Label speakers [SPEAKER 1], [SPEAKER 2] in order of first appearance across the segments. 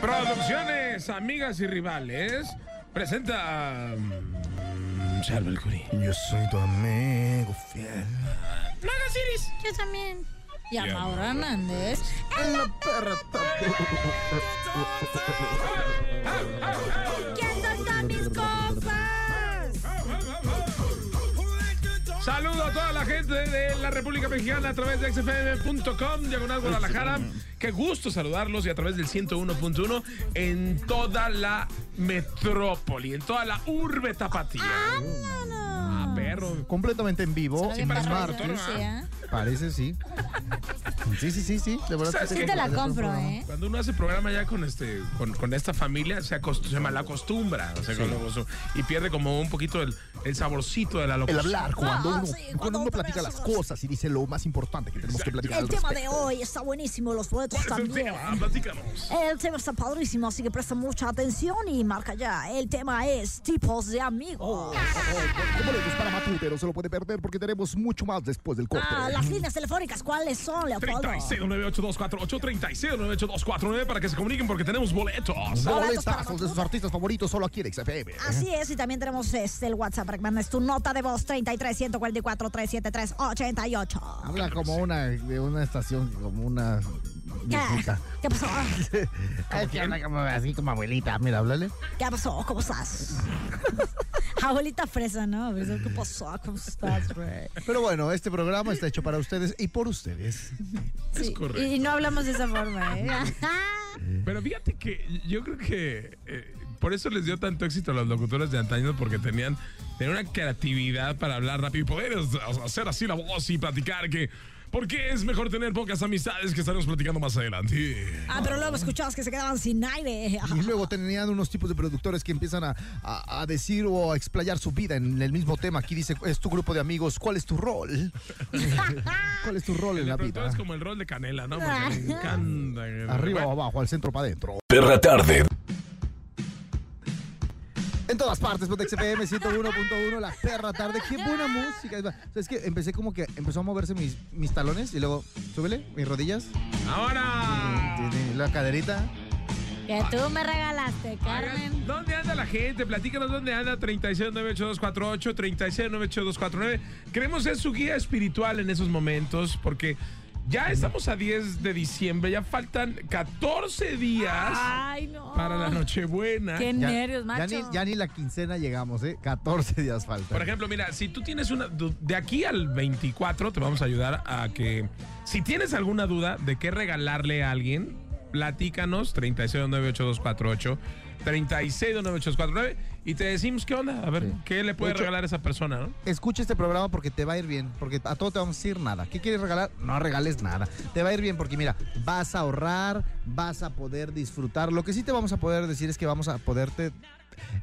[SPEAKER 1] Producciones, amigas y rivales, presenta. mm, Salva el Curi.
[SPEAKER 2] Yo soy tu amigo fiel.
[SPEAKER 3] Yo también. Y a
[SPEAKER 1] Ya,
[SPEAKER 3] Mauro Hernández.
[SPEAKER 2] En la perra tarde.
[SPEAKER 3] ¿Dónde están mis cosas?
[SPEAKER 1] Saludo a toda la gente de la República Mexicana a través de xfm.com, diagonal Guadalajara. Qué gusto saludarlos y a través del 101.1 en toda la metrópoli, en toda la urbe tapatía. Ah, perro.
[SPEAKER 2] Completamente en
[SPEAKER 4] Oh,
[SPEAKER 2] vivo.
[SPEAKER 3] Bien
[SPEAKER 1] parece
[SPEAKER 3] barroso,
[SPEAKER 1] maratón,
[SPEAKER 3] sí,
[SPEAKER 1] ¿ah?
[SPEAKER 3] ¿eh?
[SPEAKER 2] Parece, sí. Sí, sí, sí, sí. De verdad.
[SPEAKER 1] ¿Sabes
[SPEAKER 2] sí
[SPEAKER 1] qué?
[SPEAKER 3] Sí te la compro, ¿eh?
[SPEAKER 1] Cuando uno hace programa ya con este, con, con esta familia, se, acost- se malacostumbra. o sea, como- so- y pierde como un poquito el, el saborcito de la
[SPEAKER 2] El
[SPEAKER 1] locución.
[SPEAKER 2] hablar, cuando
[SPEAKER 3] Ah,
[SPEAKER 2] uno,
[SPEAKER 3] sí,
[SPEAKER 2] cuando
[SPEAKER 3] cuando
[SPEAKER 2] uno
[SPEAKER 3] te
[SPEAKER 2] platica
[SPEAKER 3] ves
[SPEAKER 2] las
[SPEAKER 3] las-
[SPEAKER 2] cosas y dice lo más importante que tenemos que platicar.
[SPEAKER 5] El
[SPEAKER 2] al
[SPEAKER 5] tema de
[SPEAKER 2] respecto.
[SPEAKER 5] hoy está buenísimo, los boletos
[SPEAKER 1] ¿Cuál es el
[SPEAKER 5] también.
[SPEAKER 1] tema? Ah, Platícanos.
[SPEAKER 5] El tema está padrísimo, así que presta mucha atención y marca ya. El tema es tipos de amigos.
[SPEAKER 2] Con boletos para Matute, no se lo puede perder porque tenemos mucho más después del corte.
[SPEAKER 5] Ah, las líneas telefónicas, ¿cuáles son, Leopoldo?
[SPEAKER 1] 36982488, 36982499 para que se comuniquen porque tenemos boletos.
[SPEAKER 5] Boletos para
[SPEAKER 2] Boletazos de sus
[SPEAKER 5] Matute.
[SPEAKER 2] artistas favoritos solo aquí en XFM.
[SPEAKER 6] Ah,
[SPEAKER 5] Así es, y también tenemos este, el WhatsApp para que mandes tu nota de voz 33 144 373 88.
[SPEAKER 4] Habla como una de una estación, como una
[SPEAKER 5] ¿Qué?
[SPEAKER 4] viejita.
[SPEAKER 5] ¿Qué pasó?
[SPEAKER 4] Ay, que habla como así como abuelita. Mira, háblale.
[SPEAKER 5] ¿Qué pasó? ¿Cómo estás? Abuelita fresa, ¿no? ¿Qué pasó? ¿Cómo estás, güey?
[SPEAKER 4] Pero bueno, este programa está hecho para ustedes y por ustedes.
[SPEAKER 3] Sí,
[SPEAKER 1] correcto.
[SPEAKER 3] Y no hablamos de esa forma, ¿eh?
[SPEAKER 1] Pero fíjate que yo creo que eh, por eso les dio tanto éxito a los locutores de antaño porque tenían, tenían una creatividad para hablar rápido y poder o sea, hacer así la voz y platicar que... Porque es mejor tener pocas amistades que estaremos platicando más adelante.
[SPEAKER 5] Ah, pero luego escuchabas que se quedaban sin aire.
[SPEAKER 4] Y luego tenían unos tipos de productores que empiezan a, a- a decir o a explayar su vida en el mismo tema. Aquí dice, es tu grupo de amigos, ¿cuál es tu rol? ¿Cuál es tu rol en
[SPEAKER 1] De
[SPEAKER 4] la
[SPEAKER 1] pronto
[SPEAKER 4] vida?
[SPEAKER 1] es como el rol de canela, ¿no? Porque me encanta.
[SPEAKER 4] Arriba
[SPEAKER 1] Bueno,
[SPEAKER 4] o abajo, al centro para adentro.
[SPEAKER 7] Perra Tarde.
[SPEAKER 4] En todas partes, Pontex FM 101.1, la perra tarde. Qué buena música. Es que empecé como que empezó a moverse mis, mis talones y luego, súbele, mis rodillas, eh,
[SPEAKER 1] Ahora.
[SPEAKER 4] la caderita.
[SPEAKER 3] Que tú me regalaste,
[SPEAKER 1] Oigan,
[SPEAKER 3] Carmen.
[SPEAKER 1] ¿Dónde anda la gente? Platícanos dónde anda 36982488, 36982499. Queremos ser su guía espiritual en esos momentos porque ya estamos a 10 de diciembre, ya faltan 14 días
[SPEAKER 3] Ay, no.
[SPEAKER 1] para la Nochebuena.
[SPEAKER 3] Ah. Qué nervios, macho.
[SPEAKER 4] Ya ni, ya ni la quincena llegamos, ¿eh? 14 días falta.
[SPEAKER 1] Por ejemplo, mira, si tú tienes una. du- De aquí al 24, te vamos a ayudar a que. Si tienes alguna duda de qué regalarle a alguien, platícanos 36982488, 369849 y te decimos qué onda. A ver,
[SPEAKER 4] Sí.
[SPEAKER 1] ¿qué le puede
[SPEAKER 4] De hecho-
[SPEAKER 1] regalar a esa persona, no?
[SPEAKER 4] Escucha este programa porque te va a ir bien, porque a todo te vamos a decir nada. ¿Qué quieres regalar? No regales nada. Te va a ir bien porque mira, vas a ahorrar, vas a poder disfrutar. Lo que sí te vamos a poder decir es que vamos a poderte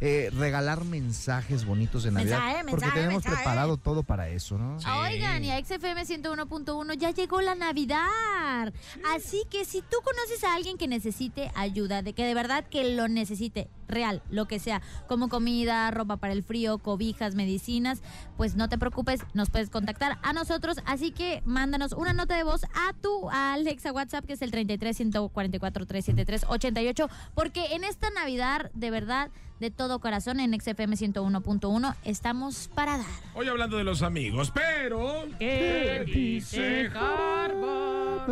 [SPEAKER 4] eh, regalar mensajes bonitos de Navidad.
[SPEAKER 3] Mensaje,
[SPEAKER 4] porque
[SPEAKER 3] mensaje,
[SPEAKER 4] tenemos
[SPEAKER 3] mensaje.
[SPEAKER 4] preparado todo para eso, ¿no?
[SPEAKER 3] Ah, Oigan, y a XFM 101.1 ya llegó la Navidad. Así que si tú conoces a alguien que necesite ayuda, de que de verdad que lo necesite, real, lo que sea, como comida, ropa para el frío, cobijas, medicinas, pues no te preocupes, nos puedes contactar a nosotros. Así que mándanos una nota de voz a tu Alexa WhatsApp, que es el 33 144 373 88, porque en esta Navidad, de verdad, de todo corazón, en XFM 101.1 estamos para dar.
[SPEAKER 1] Hoy hablando de los amigos, pero.
[SPEAKER 3] ¿Qué
[SPEAKER 1] dice Harvard?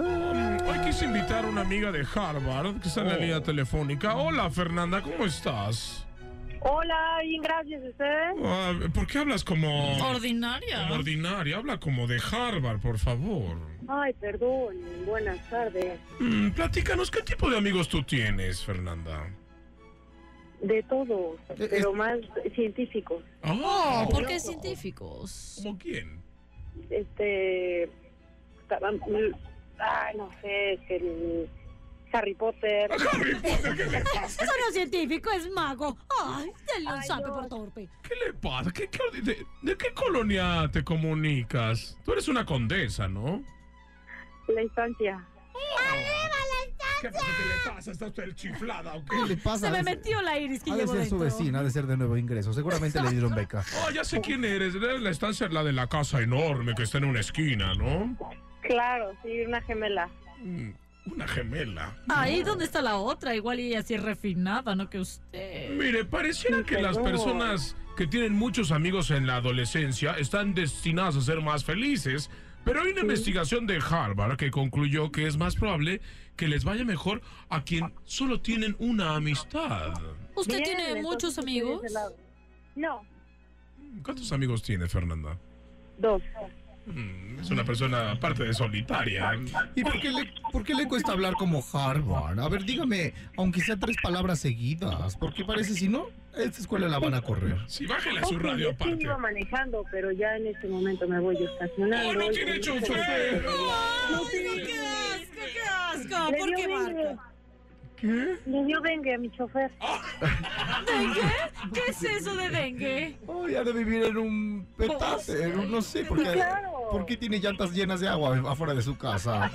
[SPEAKER 1] Hoy quise invitar a una amiga de Harvard que está en la
[SPEAKER 4] Oh.
[SPEAKER 1] línea telefónica. Hola, Fernanda, ¿cómo estás?
[SPEAKER 8] Hola, bien, gracias. ¿Ustedes?
[SPEAKER 1] Ah, ¿Por qué hablas como.
[SPEAKER 3] Ordinaria.
[SPEAKER 1] Como ordinaria, habla como de Harvard, por favor.
[SPEAKER 8] Ay, perdón. Buenas tardes.
[SPEAKER 1] Mm, platícanos, ¿qué tipo de amigos tú tienes, Fernanda?
[SPEAKER 8] De todos,
[SPEAKER 4] Eh,
[SPEAKER 8] pero más científicos.
[SPEAKER 1] Ah,
[SPEAKER 8] porque es
[SPEAKER 3] científicos.
[SPEAKER 1] ¿Como quién?
[SPEAKER 8] Este. ca- Ay, no sé, es que. Harry Potter.
[SPEAKER 1] Harry Potter, ¿qué le pasa?
[SPEAKER 3] Eso no es científico, es mago. Ay, denle un
[SPEAKER 8] Ay,
[SPEAKER 3] sape
[SPEAKER 8] no.
[SPEAKER 3] por torpe.
[SPEAKER 1] ¿Qué le pasa? ¿Qué- qué- de, de qué colonia te comunicas? Tú eres una condesa, ¿no?
[SPEAKER 8] La infancia.
[SPEAKER 1] ¿Qué pasa? ¿Qué le pasa? ¿Está usted chiflada o
[SPEAKER 4] ¿Qué le
[SPEAKER 1] qué?
[SPEAKER 4] pasa?
[SPEAKER 3] Se
[SPEAKER 4] Ha
[SPEAKER 3] me
[SPEAKER 4] de ser-
[SPEAKER 3] metió la iris que
[SPEAKER 4] Ha de
[SPEAKER 3] llevo
[SPEAKER 4] ser su
[SPEAKER 3] dentro.
[SPEAKER 4] vecina, ha de ser de nuevo ingreso. Seguramente le dieron beca.
[SPEAKER 1] Oh, ya sé quién eres. Eres la estancia, la de la casa enorme que está en una esquina, ¿no?
[SPEAKER 8] Claro, sí, una gemela.
[SPEAKER 1] Mm, Una gemela.
[SPEAKER 3] Ahí, ¿dónde está la otra? Igual y así refinada, ¿no? Que usted.
[SPEAKER 1] Mire, pareciera que las personas que tienen muchos amigos en la adolescencia están destinadas a ser más felices, pero hay una investigación de Harvard que concluyó que es más probable que les vaya mejor a quien solo tienen una amistad.
[SPEAKER 3] ¿Usted
[SPEAKER 8] Bien,
[SPEAKER 3] tiene
[SPEAKER 8] entonces
[SPEAKER 3] muchos
[SPEAKER 8] estoy de ese
[SPEAKER 3] amigos?
[SPEAKER 8] lado. No,
[SPEAKER 1] ¿Cuántos amigos tiene Fernanda?
[SPEAKER 8] dos.
[SPEAKER 1] Mm, Es una persona, aparte de solitaria.
[SPEAKER 4] ¿Y por qué, le, por qué le cuesta hablar como Harvard? A ver, dígame, aunque sea tres palabras seguidas, porque parece si no, esta escuela la van a correr.
[SPEAKER 1] Sí, bájale a su
[SPEAKER 8] Ok,
[SPEAKER 1] radio
[SPEAKER 8] yo sí
[SPEAKER 1] aparte.
[SPEAKER 8] iba manejando, pero ya en este momento me voy estacionando.
[SPEAKER 1] ¡Oh, no tiene chofer! ¡Oh!
[SPEAKER 8] No tiene
[SPEAKER 3] ¡Qué asco, qué
[SPEAKER 8] Le
[SPEAKER 3] asco! ¿Por
[SPEAKER 8] dio
[SPEAKER 3] qué
[SPEAKER 8] dengue.
[SPEAKER 3] marca?
[SPEAKER 8] Le dio dengue a mi chofer.
[SPEAKER 3] ¿Dengue? ¿Qué es eso de dengue?
[SPEAKER 4] Oh, ya de vivir en un petate, en un- no sé, porque,
[SPEAKER 8] Claro.
[SPEAKER 4] ¿por qué tiene llantas llenas de agua afuera de su casa?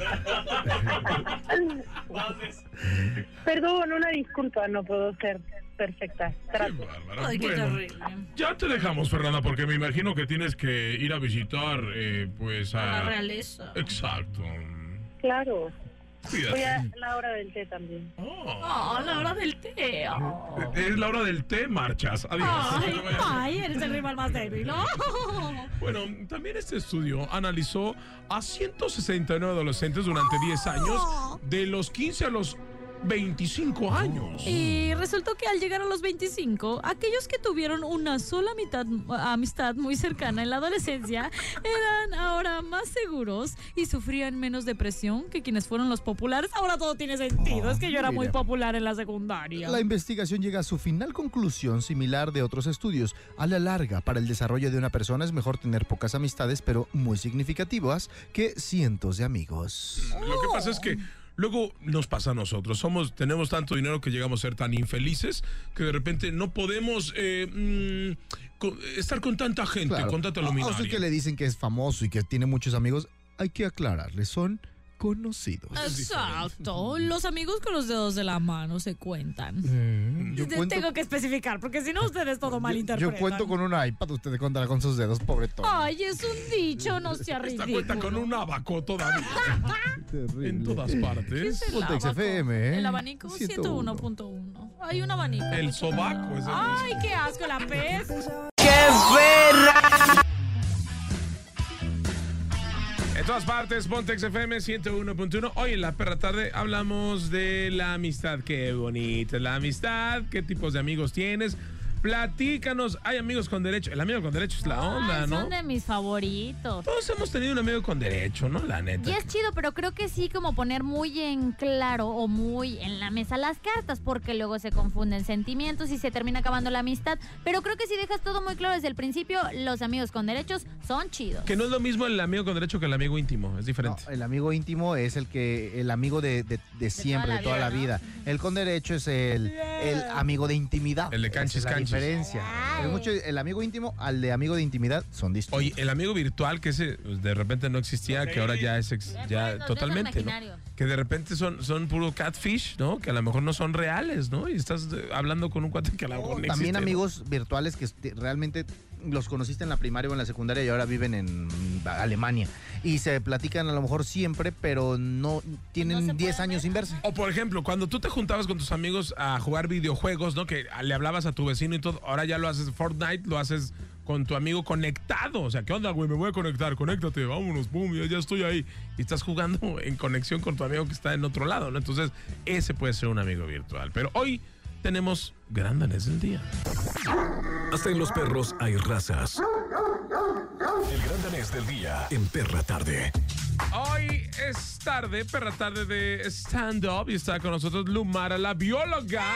[SPEAKER 8] Perdón, una disculpa, no puedo ser perfecta.
[SPEAKER 1] ¡Qué
[SPEAKER 8] Trato.
[SPEAKER 1] bárbara!
[SPEAKER 3] Ay, qué
[SPEAKER 1] Bueno,
[SPEAKER 3] terrible.
[SPEAKER 1] ya te dejamos, Fernanda, porque me imagino que tienes que ir a visitar, eh, pues
[SPEAKER 3] La
[SPEAKER 1] a...
[SPEAKER 3] realeza.
[SPEAKER 1] Exacto.
[SPEAKER 8] Claro. Voy
[SPEAKER 1] Cuídate.
[SPEAKER 8] a la hora del té también.
[SPEAKER 1] Oh.
[SPEAKER 3] Oh, la hora del té. Oh.
[SPEAKER 1] Eh, Es la hora del té, marchas. Adiós.
[SPEAKER 3] Ay,
[SPEAKER 1] Que vaya bien.
[SPEAKER 3] ay, eres el rival más débil. Oh.
[SPEAKER 1] Bueno, también este estudio analizó a 169 adolescentes durante 10 años, de los 15 a los 25 años.
[SPEAKER 3] Y resultó que al llegar a los 25, aquellos que tuvieron una sola mitad- amistad muy cercana en la adolescencia eran ahora más seguros y sufrían menos depresión que quienes fueron los populares. Ahora todo tiene sentido, es que yo era muy
[SPEAKER 4] Ah, mira.
[SPEAKER 3] popular en la secundaria.
[SPEAKER 4] La investigación llega a su final conclusión similar de otros estudios. A la larga, para el desarrollo de una persona es mejor tener pocas amistades, pero muy significativas, que cientos de amigos.
[SPEAKER 1] Lo que pasa es que luego nos pasa a nosotros. Somos, tenemos tanto dinero que llegamos a ser tan infelices que de repente no podemos eh, mm, co- estar con tanta gente,
[SPEAKER 4] Claro.
[SPEAKER 1] con tanta
[SPEAKER 4] A- A
[SPEAKER 1] luminaria.
[SPEAKER 4] usted que le dicen que es famoso y que tiene muchos amigos, hay que aclararle, son conocidos.
[SPEAKER 3] Ah, Exacto, los amigos con los dedos de la mano se cuentan.
[SPEAKER 4] Yo
[SPEAKER 3] Te-
[SPEAKER 4] cuento-
[SPEAKER 3] Tengo que especificar, porque si no ustedes todo malinterpretan.
[SPEAKER 4] Yo cuento con un iPad, usted contará con sus dedos, pobre todo.
[SPEAKER 3] Ay, es un dicho, no sea
[SPEAKER 1] Esta
[SPEAKER 3] ridículo.
[SPEAKER 1] cuenta con un abaco todavía. en todas
[SPEAKER 3] ¿Qué
[SPEAKER 1] partes.
[SPEAKER 3] es el
[SPEAKER 4] Pontex
[SPEAKER 3] abaco?
[SPEAKER 4] FM, ¿eh?
[SPEAKER 3] El abanico
[SPEAKER 4] 101.
[SPEAKER 3] 101.1. Hay un abanico.
[SPEAKER 1] El sobaco es el
[SPEAKER 3] Ay, qué asco la pez.
[SPEAKER 1] En todas partes, Pontex FM 101.1. Hoy en la perra tarde hablamos de la amistad. Qué bonita es la amistad. ¿Qué tipos de amigos tienes? Platícanos. Hay amigos con derecho. El amigo con derecho es la onda,
[SPEAKER 3] Ay,
[SPEAKER 1] ¿no?
[SPEAKER 3] Son de mis favoritos.
[SPEAKER 1] Todos hemos tenido un amigo con derecho, ¿no? La neta.
[SPEAKER 3] Y es chido, pero creo que sí como poner muy en claro o muy en la mesa las cartas, porque luego se confunden sentimientos y se termina acabando la amistad. Pero creo que si dejas todo muy claro desde el principio, los amigos con derechos son chidos.
[SPEAKER 1] Que no es lo mismo el amigo con derecho que el amigo íntimo. Es
[SPEAKER 4] No,
[SPEAKER 1] diferente.
[SPEAKER 4] el amigo íntimo es el que el amigo de, de- de siempre,
[SPEAKER 3] la
[SPEAKER 4] de toda la vida.
[SPEAKER 3] vida,
[SPEAKER 4] El con derecho es el, el amigo de intimidad.
[SPEAKER 1] El de
[SPEAKER 4] Esa es
[SPEAKER 1] canchis,
[SPEAKER 4] la
[SPEAKER 1] canchis.
[SPEAKER 4] diferencia. Es mucho- el amigo íntimo al de amigo de intimidad son distintos.
[SPEAKER 1] Oye, el amigo virtual que ese pues, de repente no existía, que ahora ya es ex- ya totalmente, ¿no? Que de repente son, son puro catfish, ¿no? Que a lo mejor no son reales, ¿no? Y estás eh, hablando con un cuate que a lo mejor ni
[SPEAKER 4] También
[SPEAKER 1] existe, ¿no?
[SPEAKER 4] amigos virtuales que este- realmente los conociste en la primaria o en la secundaria y ahora viven en mm, Alemania. Y se platican a lo mejor siempre, pero no
[SPEAKER 3] No se
[SPEAKER 4] tienen 10
[SPEAKER 3] pueden
[SPEAKER 4] años
[SPEAKER 3] ver.
[SPEAKER 4] sin verse.
[SPEAKER 1] O por ejemplo, cuando tú te juntabas con tus amigos a jugar videojuegos, ¿no? Que le hablabas a tu vecino y todo, ahora ya lo haces Fortnite, lo haces con tu amigo conectado. O sea, ¿qué onda, güey? Me voy a conectar, conéctate, vámonos, pum, ya, ya estoy ahí. Y estás jugando en conexión con tu amigo que está en otro lado, ¿no? Entonces, ese puede ser un amigo virtual. Pero hoy tenemos Grandanes del Día.
[SPEAKER 7] Hasta en los perros hay razas. El gran danés del día en perra tarde.
[SPEAKER 1] Hoy es tarde, perra tarde de stand-up y está con nosotros Lumara, la bióloga.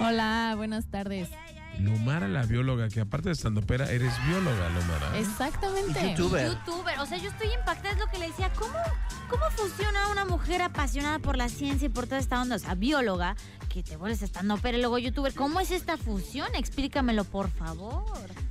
[SPEAKER 9] Hola, buenas tardes.
[SPEAKER 1] Lumara la bióloga, que aparte de estandopera, eres bióloga, Lumara.
[SPEAKER 8] Exactamente.
[SPEAKER 3] Youtuber. O sea, yo estoy impactada, es lo que le decía. ¿Cómo, ¿Cómo funciona una mujer apasionada por la ciencia y por toda esta onda? O sea, bióloga, que te vuelves estando pero luego youtuber. ¿Cómo es esta fusión? Explícamelo, por favor.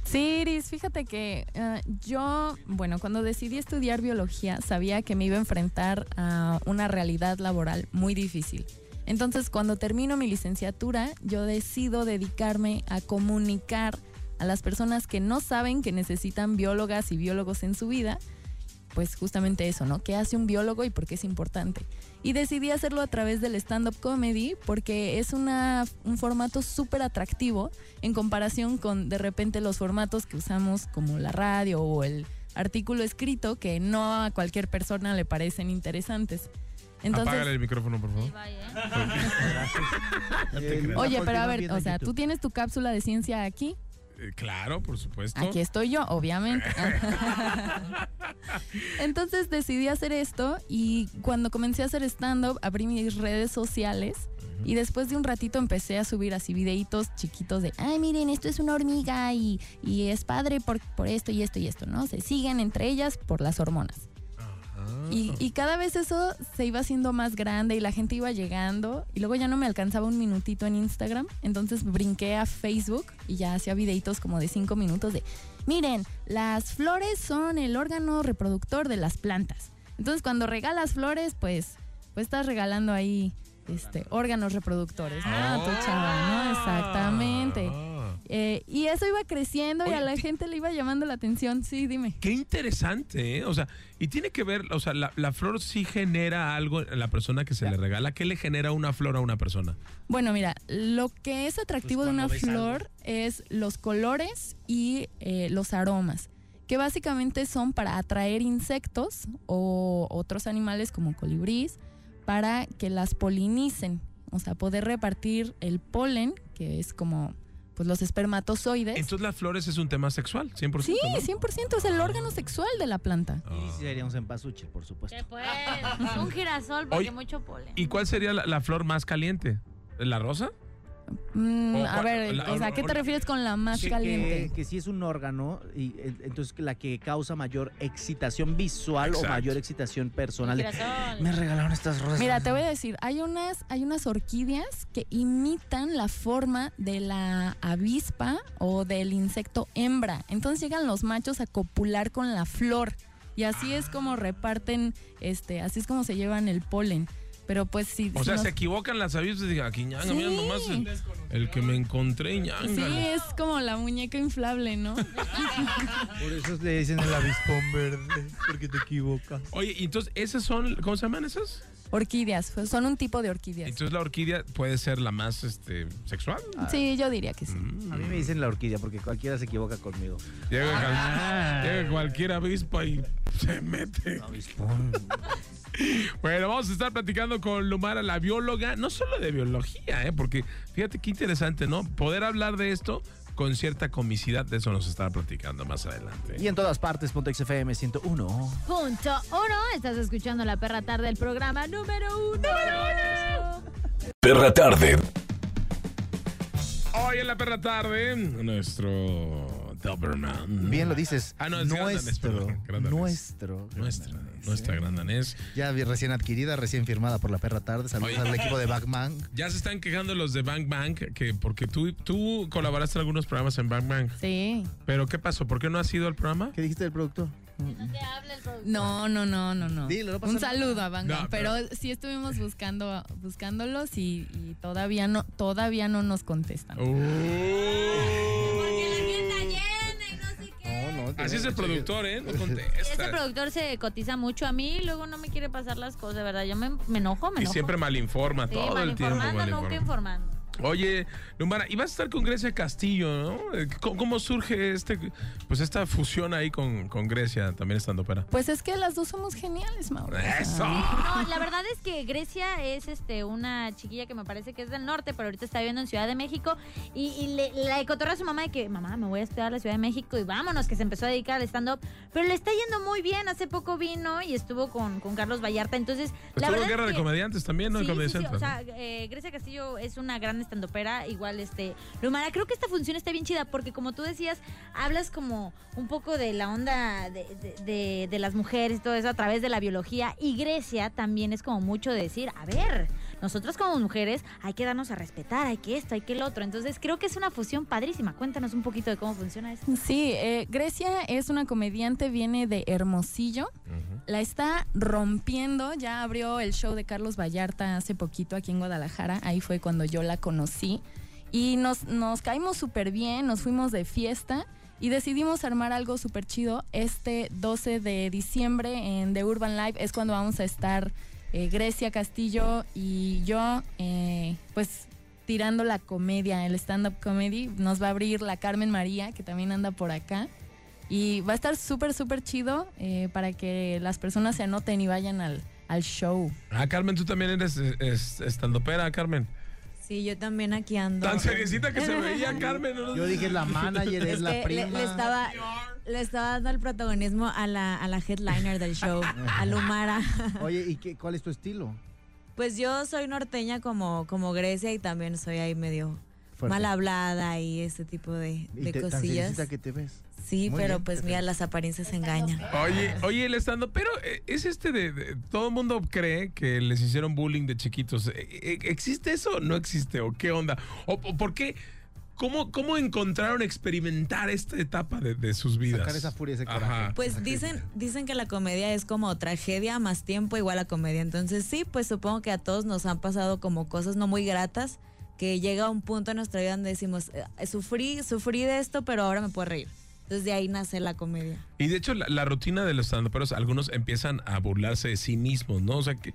[SPEAKER 8] Sí, Iris, fíjate que eh, yo, bueno, cuando decidí estudiar biología, sabía que me iba a enfrentar a una realidad laboral muy difícil. Entonces, cuando termino mi licenciatura, yo decido dedicarme a comunicar a las personas que no saben que necesitan biólogas y biólogos en su vida, pues justamente eso, ¿no? ¿Qué hace un biólogo y por qué es importante? Y decidí hacerlo a través del stand-up comedy porque es una, un formato súper atractivo en comparación con de repente los formatos que usamos como la radio o el artículo escrito que no a cualquier persona le parecen interesantes.
[SPEAKER 1] Apágale
[SPEAKER 8] Entonces,
[SPEAKER 1] el micrófono, por favor.
[SPEAKER 3] ¿eh?
[SPEAKER 8] oye, pero a ver, o sea, tú tienes tu cápsula de ciencia aquí,
[SPEAKER 1] Eh, claro, por supuesto.
[SPEAKER 8] Aquí estoy yo, obviamente. Entonces decidí hacer esto y cuando comencé a hacer stand-up abrí mis redes sociales y después de un ratito empecé a subir así videitos chiquitos de, ay miren, esto es una hormiga y, y es padre por, por esto y esto y esto, ¿no? Se siguen entre ellas por las hormonas. Y, y cada vez eso se iba haciendo más grande y la gente iba llegando y luego ya no me alcanzaba un minutito en Instagram, entonces brinqué a Facebook y ya hacía videitos como de cinco minutos de, miren, las flores son el órgano reproductor de las plantas. Entonces cuando regalas flores, pues, pues estás regalando ahí este, órganos reproductores, ¿no? A tu chava, ¿no? Exactamente.
[SPEAKER 1] Ah.
[SPEAKER 8] Eh, y eso iba creciendo y
[SPEAKER 1] Oye,
[SPEAKER 8] a la
[SPEAKER 1] ti-
[SPEAKER 8] gente le iba llamando la atención, sí, dime.
[SPEAKER 1] Qué interesante, ¿eh? O sea, y tiene que ver, o sea, la, la flor sí genera algo en la persona que se le regala. ¿Qué le genera una flor a una persona?
[SPEAKER 8] Bueno, mira, lo que es atractivo de una flor es los colores y eh, los aromas, que básicamente son para atraer insectos o otros animales como colibrís, para que las polinicen, o sea, poder repartir el polen, que es como pues, los espermatozoides.
[SPEAKER 1] Entonces, las flores es un tema sexual, 100%.
[SPEAKER 8] sí,
[SPEAKER 1] ¿no?
[SPEAKER 8] 100%, es el órgano sexual de la planta.
[SPEAKER 1] Ah.
[SPEAKER 4] Y seríamos en pasuche, por supuesto.
[SPEAKER 3] Que pues, un girasol porque
[SPEAKER 1] Oye,
[SPEAKER 3] mucho polen.
[SPEAKER 1] ¿Y cuál sería la, la flor más caliente? ¿La rosa?
[SPEAKER 8] Mm,
[SPEAKER 1] O
[SPEAKER 8] a
[SPEAKER 1] cuál-
[SPEAKER 8] ver,
[SPEAKER 1] la-
[SPEAKER 8] o sea, ¿qué te
[SPEAKER 1] o-
[SPEAKER 8] refieres con la más
[SPEAKER 4] Sí,
[SPEAKER 8] caliente?
[SPEAKER 4] Que, que sí es un órgano, y eh, entonces la que causa mayor excitación visual
[SPEAKER 1] Exacto.
[SPEAKER 4] o mayor excitación personal. de,
[SPEAKER 3] girasol.
[SPEAKER 4] Me regalaron estas rosas.
[SPEAKER 8] Mira, te voy a decir, hay unas, hay unas orquídeas que imitan la forma de la avispa o del insecto hembra. Entonces llegan los machos a copular con la flor. Y así es como reparten, este, así es como se llevan el polen. Pero pues sí.
[SPEAKER 1] O sea,
[SPEAKER 8] nos-
[SPEAKER 1] se equivocan las avispas y dicen, aquí ñanga, mira
[SPEAKER 8] Sí.
[SPEAKER 1] nomás el, el que me encontré, ñanga.
[SPEAKER 8] Sí, es como la muñeca inflable, ¿no?
[SPEAKER 10] Por eso le dicen el avispón verde, porque te equivocas.
[SPEAKER 1] Oye, y entonces, ¿esas son, cómo se llaman esas?
[SPEAKER 8] Orquídeas, pues, son un tipo de orquídeas.
[SPEAKER 1] Entonces, la orquídea puede ser la más este, sexual.
[SPEAKER 8] Sí, yo diría que sí.
[SPEAKER 4] A mí me dicen la orquídea porque cualquiera se equivoca conmigo.
[SPEAKER 1] Llega, cal- llega cualquier avispa y se mete. Bueno, vamos a estar platicando con Lumara, la bióloga, no solo de biología, ¿eh? porque fíjate qué interesante, ¿no? Poder hablar de esto con cierta comicidad, de eso nos estará platicando más adelante.
[SPEAKER 4] Y en todas partes, punto XFM 101.
[SPEAKER 3] Punto uno. Estás escuchando La Perra Tarde, el programa número uno. ¡Número uno!
[SPEAKER 11] Perra tarde.
[SPEAKER 1] Hoy en la perra tarde, nuestro Doberman.
[SPEAKER 10] Bien lo dices.
[SPEAKER 1] Ah, no, es gran danés,
[SPEAKER 10] nuestro,
[SPEAKER 1] perdón, gran danés.
[SPEAKER 10] nuestro. gran
[SPEAKER 1] Nuestra,
[SPEAKER 10] danés,
[SPEAKER 1] nuestra
[SPEAKER 10] ¿eh?
[SPEAKER 1] gran danés.
[SPEAKER 10] Ya vi- recién adquirida, recién firmada por la perra tarde. Saludos
[SPEAKER 1] Oye.
[SPEAKER 10] al equipo de Batman.
[SPEAKER 1] Ya se están quejando los de Bang Bang, que porque tú, tú colaboraste en algunos programas en Bang Bang.
[SPEAKER 8] Sí.
[SPEAKER 1] Pero ¿qué pasó? ¿Por qué no has ido al programa?
[SPEAKER 10] ¿Qué dijiste del producto?
[SPEAKER 3] No te habla el productor.
[SPEAKER 8] No, no, no, no, no.
[SPEAKER 10] Dilo, no pasa
[SPEAKER 8] Un
[SPEAKER 10] nada.
[SPEAKER 8] saludo a Van
[SPEAKER 1] No,
[SPEAKER 8] Gogh, pero, sí estuvimos buscando, buscándolos y, y todavía no, todavía no nos contestan.
[SPEAKER 3] Porque la agenda llena y no sé qué.
[SPEAKER 1] Así es el productor, ¿eh? No contesta.
[SPEAKER 3] Este productor se cotiza mucho a mí, luego no me quiere pasar las cosas, de verdad. Yo me, me enojo,
[SPEAKER 1] Y
[SPEAKER 3] me enojo.
[SPEAKER 1] siempre malinforma
[SPEAKER 3] Sí,
[SPEAKER 1] todo el tiempo.
[SPEAKER 3] malinformando, nunca
[SPEAKER 1] malinforma.
[SPEAKER 3] informando.
[SPEAKER 1] Oye, Lumbara, y vas a estar con Grecia Castillo, ¿no? Eh, ¿Cómo, cómo surge este, pues esta fusión ahí con, con Grecia, también estando para?
[SPEAKER 8] Pues es que las dos somos geniales, Mauro.
[SPEAKER 1] ¡Eso!
[SPEAKER 3] No, la verdad es que Grecia es este una chiquilla que me parece que es del norte, pero ahorita está viviendo en Ciudad de México. Y, y le, le cotorrea a su mamá de que, mamá, me voy a estudiar a la Ciudad de México y vámonos, que se empezó a dedicar al stand-up. Pero le está yendo muy bien. Hace poco vino y estuvo con, con Carlos Vallarta. Entonces, la
[SPEAKER 1] Estuvo
[SPEAKER 3] verdad
[SPEAKER 1] en Pues Guerra
[SPEAKER 3] es
[SPEAKER 1] de
[SPEAKER 3] que-
[SPEAKER 1] Comediantes también, ¿no?
[SPEAKER 3] Sí,
[SPEAKER 1] En Comedy
[SPEAKER 3] sí, sí,
[SPEAKER 1] Central,
[SPEAKER 3] o
[SPEAKER 1] ¿no?
[SPEAKER 3] sea, eh, Grecia Castillo es una gran estandopera, igual este. Lumara, creo que esta función está bien chida porque, como tú decías, hablas como un poco de la onda de, de- de- de las mujeres y todo eso a través de la biología. Y Grecia también es como mucho de decir, a ver, nosotros como mujeres hay que darnos a respetar, hay que esto, hay que el otro. Entonces, creo que es una fusión padrísima. Cuéntanos un poquito de cómo funciona esto.
[SPEAKER 9] Sí, eh, Grecia es una comediante, viene de Hermosillo. La está rompiendo, ya abrió el show de Carlos Vallarta hace poquito aquí en Guadalajara, ahí fue cuando yo la conocí. Y nos, nos caímos súper bien, nos fuimos de fiesta y decidimos armar algo súper chido. Este 12 de diciembre en The Urban Live es cuando vamos a estar eh, Grecia Castillo y yo, eh, pues tirando la comedia, el stand-up comedy. Nos va a abrir la Carmen María, que también anda por acá. Y va a estar súper, súper chido eh, para que las personas se anoten y vayan al, al show.
[SPEAKER 1] Ah, Carmen, tú también eres eh, es- estandopera, Carmen.
[SPEAKER 6] Sí, yo también aquí ando.
[SPEAKER 1] Tan seriecita que se veía, Carmen. ¿no?
[SPEAKER 4] Yo dije, la manager es
[SPEAKER 6] Es
[SPEAKER 4] la
[SPEAKER 6] que le,
[SPEAKER 4] prima.
[SPEAKER 6] le estaba, le estaba dando el protagonismo a la, a la headliner del show, a Lumara.
[SPEAKER 4] Oye, ¿y qué, cuál es tu estilo?
[SPEAKER 6] Pues yo soy norteña como, como Grecia y también soy ahí medio
[SPEAKER 4] Fuerte.
[SPEAKER 6] mal hablada y ese tipo de,
[SPEAKER 4] Y
[SPEAKER 6] de
[SPEAKER 4] te- tan
[SPEAKER 6] cosillas.
[SPEAKER 4] seriecita que te ves.
[SPEAKER 6] Sí,
[SPEAKER 4] Muy
[SPEAKER 6] pero
[SPEAKER 4] bien,
[SPEAKER 6] pues mira, las apariencias engañan.
[SPEAKER 1] Oye, oye, el estandopero eh, es este de, de- Todo el mundo cree que les hicieron bullying de chiquitos. Eh, eh, ¿Existe eso? ¿No existe? ¿O qué onda? ¿O, o por qué? ¿Cómo, ¿Cómo encontraron experimentar esta etapa de, de sus vidas?
[SPEAKER 4] Sacar esa furia, ese
[SPEAKER 1] Ajá.
[SPEAKER 4] coraje.
[SPEAKER 6] Pues dicen, dicen que la comedia es como tragedia más tiempo igual a comedia. Entonces sí, pues supongo que a todos nos han pasado como cosas no muy gratas, que llega un punto en nuestra vida donde decimos, "Eh, sufrí, sufrí de esto, pero ahora me puedo reír. Entonces de ahí nace la comedia.
[SPEAKER 1] Y de hecho, la, la rutina de los estandoperos, algunos empiezan a burlarse de sí mismos, ¿no? O sea, que,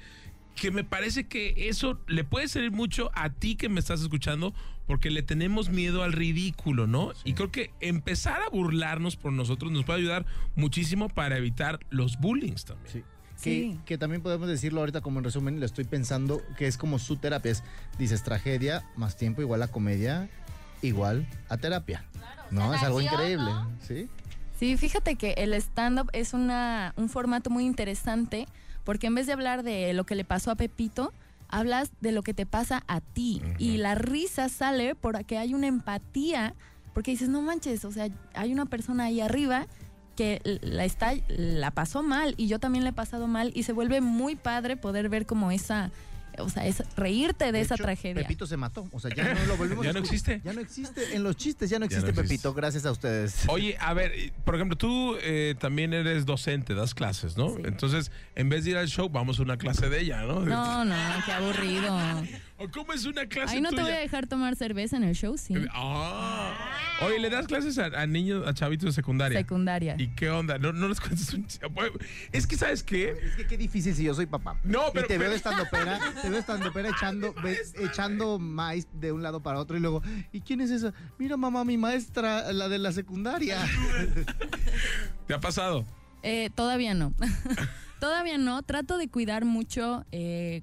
[SPEAKER 1] que me parece que eso le puede servir mucho a ti que me estás escuchando, porque le tenemos miedo al ridículo, ¿no? Y creo que empezar a burlarnos por nosotros nos puede ayudar muchísimo para evitar los bullings también.
[SPEAKER 4] Que, que también podemos decirlo ahorita como en resumen, lo estoy pensando, que es como su terapia. Es, dices, tragedia más tiempo igual a comedia igual a terapia. no, es algo
[SPEAKER 9] sanación,
[SPEAKER 4] increíble.
[SPEAKER 9] ¿no?
[SPEAKER 4] ¿sí?
[SPEAKER 9] Sí, fíjate que el stand-up es una, un formato muy interesante porque en vez de hablar de lo que le pasó a Pepito, hablas de lo que te pasa a ti. Y la risa sale porque hay una empatía, porque dices, no manches, o sea, hay una persona ahí arriba que la, está, la pasó mal y yo también la he pasado mal y se vuelve muy padre poder ver como esa, o sea, es reírte de,
[SPEAKER 4] De
[SPEAKER 9] esa
[SPEAKER 4] hecho,
[SPEAKER 9] tragedia.
[SPEAKER 4] Pepito se mató. O sea, ya no lo volvemos
[SPEAKER 1] Ya
[SPEAKER 4] a
[SPEAKER 1] no
[SPEAKER 4] escuchar.
[SPEAKER 1] existe.
[SPEAKER 4] Ya no existe. En los chistes ya no existe, Pepito. Gracias a ustedes.
[SPEAKER 1] Oye, a ver, eh, por ejemplo, tú eh, también eres docente, das clases, ¿no? Entonces, en vez de ir al show, vamos a una clase de ella, ¿no?
[SPEAKER 9] No, no, qué aburrido.
[SPEAKER 1] ¿O cómo es una clase
[SPEAKER 9] Ahí no te
[SPEAKER 1] tuya?
[SPEAKER 9] voy a dejar tomar cerveza en el show, sí.
[SPEAKER 4] Eh,
[SPEAKER 1] Eh, Ah. Oye, ¿le das clases a, a niños, a chavitos de secundaria?
[SPEAKER 9] Secundaria.
[SPEAKER 1] ¿Y qué onda? ¿No, no les cuentas un ch- Es que, ¿sabes qué?
[SPEAKER 4] Es que qué difícil si yo soy papá.
[SPEAKER 1] No,
[SPEAKER 4] Y
[SPEAKER 1] pero-
[SPEAKER 4] te veo
[SPEAKER 1] pero-
[SPEAKER 4] estando pera, te veo estando pera echando, ve- echando maíz de un lado para otro y luego, ¿y quién es esa? Mira, mamá, mi maestra, la de la secundaria.
[SPEAKER 1] ¿Te ha pasado?
[SPEAKER 9] Eh, todavía no. todavía no. Trato de cuidar mucho, eh,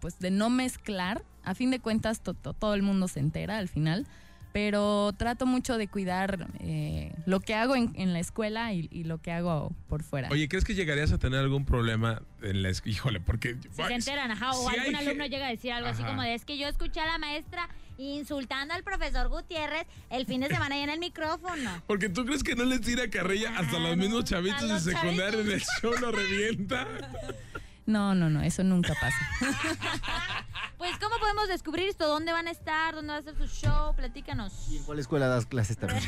[SPEAKER 9] pues de no mezclar. A fin de cuentas, to- to- todo el mundo se entera al final. Pero trato mucho de cuidar eh, lo que hago en, en la escuela y, y lo que hago por fuera.
[SPEAKER 1] Oye, ¿crees que llegarías a tener algún problema en la escuela? Híjole, porque...
[SPEAKER 3] Si se enteran, ajá, o
[SPEAKER 1] Sí hay
[SPEAKER 3] algún
[SPEAKER 1] ge-
[SPEAKER 3] alumno llega a decir algo así
[SPEAKER 1] Ajá.
[SPEAKER 3] como de es que yo escuché a la maestra insultando al profesor Gutiérrez el fin de semana ahí en el micrófono.
[SPEAKER 1] Porque tú crees que no les tira carrilla hasta los mismos chavitos
[SPEAKER 3] los
[SPEAKER 1] de secundaria en el show lo revienta.
[SPEAKER 9] No, no, no, eso nunca pasa.
[SPEAKER 3] Pues, ¿cómo podemos descubrir esto? ¿Dónde van a estar? ¿Dónde va a ser su show? Platícanos.
[SPEAKER 4] ¿En cuál escuela das clases también?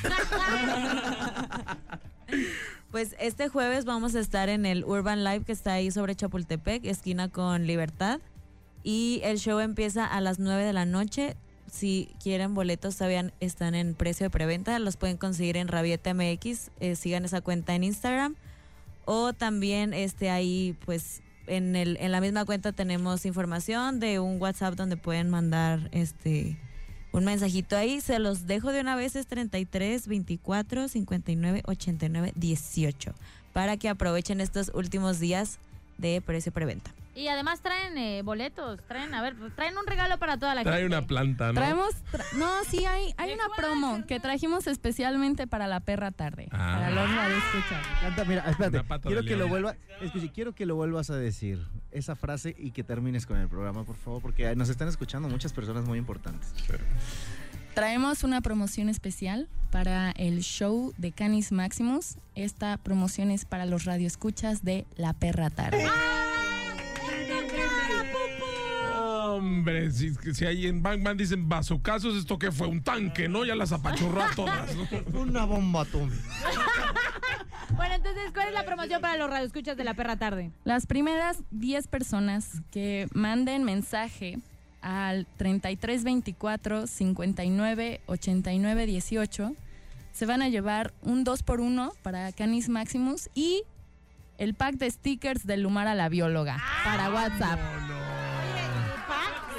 [SPEAKER 6] Pues este jueves vamos a estar en el Urban Live que está ahí sobre Chapultepec, esquina con Libertad. Y el show empieza a las 9 de la noche. Si quieren boletos, todavía están en precio de preventa. Los pueden conseguir en Rabieta MX. eh, sigan esa cuenta en Instagram. O también este, ahí, pues, en, el, en la misma cuenta tenemos información de un WhatsApp donde pueden mandar este un mensajito ahí. Se los dejo de una vez, es 33 24 59 89 18. Para que aprovechen estos últimos días de precio preventa.
[SPEAKER 3] Y además traen eh, boletos, traen, a ver, traen un regalo para toda la
[SPEAKER 1] Trae
[SPEAKER 3] gente.
[SPEAKER 1] una planta, ¿no?
[SPEAKER 9] Traemos, tra- no, sí, hay, hay una promo que trajimos especialmente para la perra tarde.
[SPEAKER 1] Ah,
[SPEAKER 9] Para los
[SPEAKER 12] Ah.
[SPEAKER 9] radioescuchas.
[SPEAKER 13] Canta, mira, espérate.
[SPEAKER 9] pata
[SPEAKER 13] Quiero
[SPEAKER 9] de
[SPEAKER 13] que, lo
[SPEAKER 9] león.
[SPEAKER 13] vuelva, escuche, quiero que lo vuelvas a decir, esa frase, y que termines con el programa, por favor, porque nos están escuchando muchas personas muy importantes.
[SPEAKER 9] Traemos una promoción especial para el show de Canis Maximus. Esta promoción es para los radioescuchas de La Perra Tarde.
[SPEAKER 1] Hombre, si, si ahí en Bangman dicen bazucazos, esto que fue un tanque, ¿no? Ya las apachurró a todas.
[SPEAKER 13] Una bomba atómica.
[SPEAKER 3] Bueno, entonces, ¿cuál es la promoción para los radioescuchas de la perra tarde?
[SPEAKER 9] Las primeras 10 personas que manden mensaje al 3324 59 89 18 se van a llevar un 2x1 para Canis Maximus y el pack de stickers de Lumar a la bióloga para WhatsApp.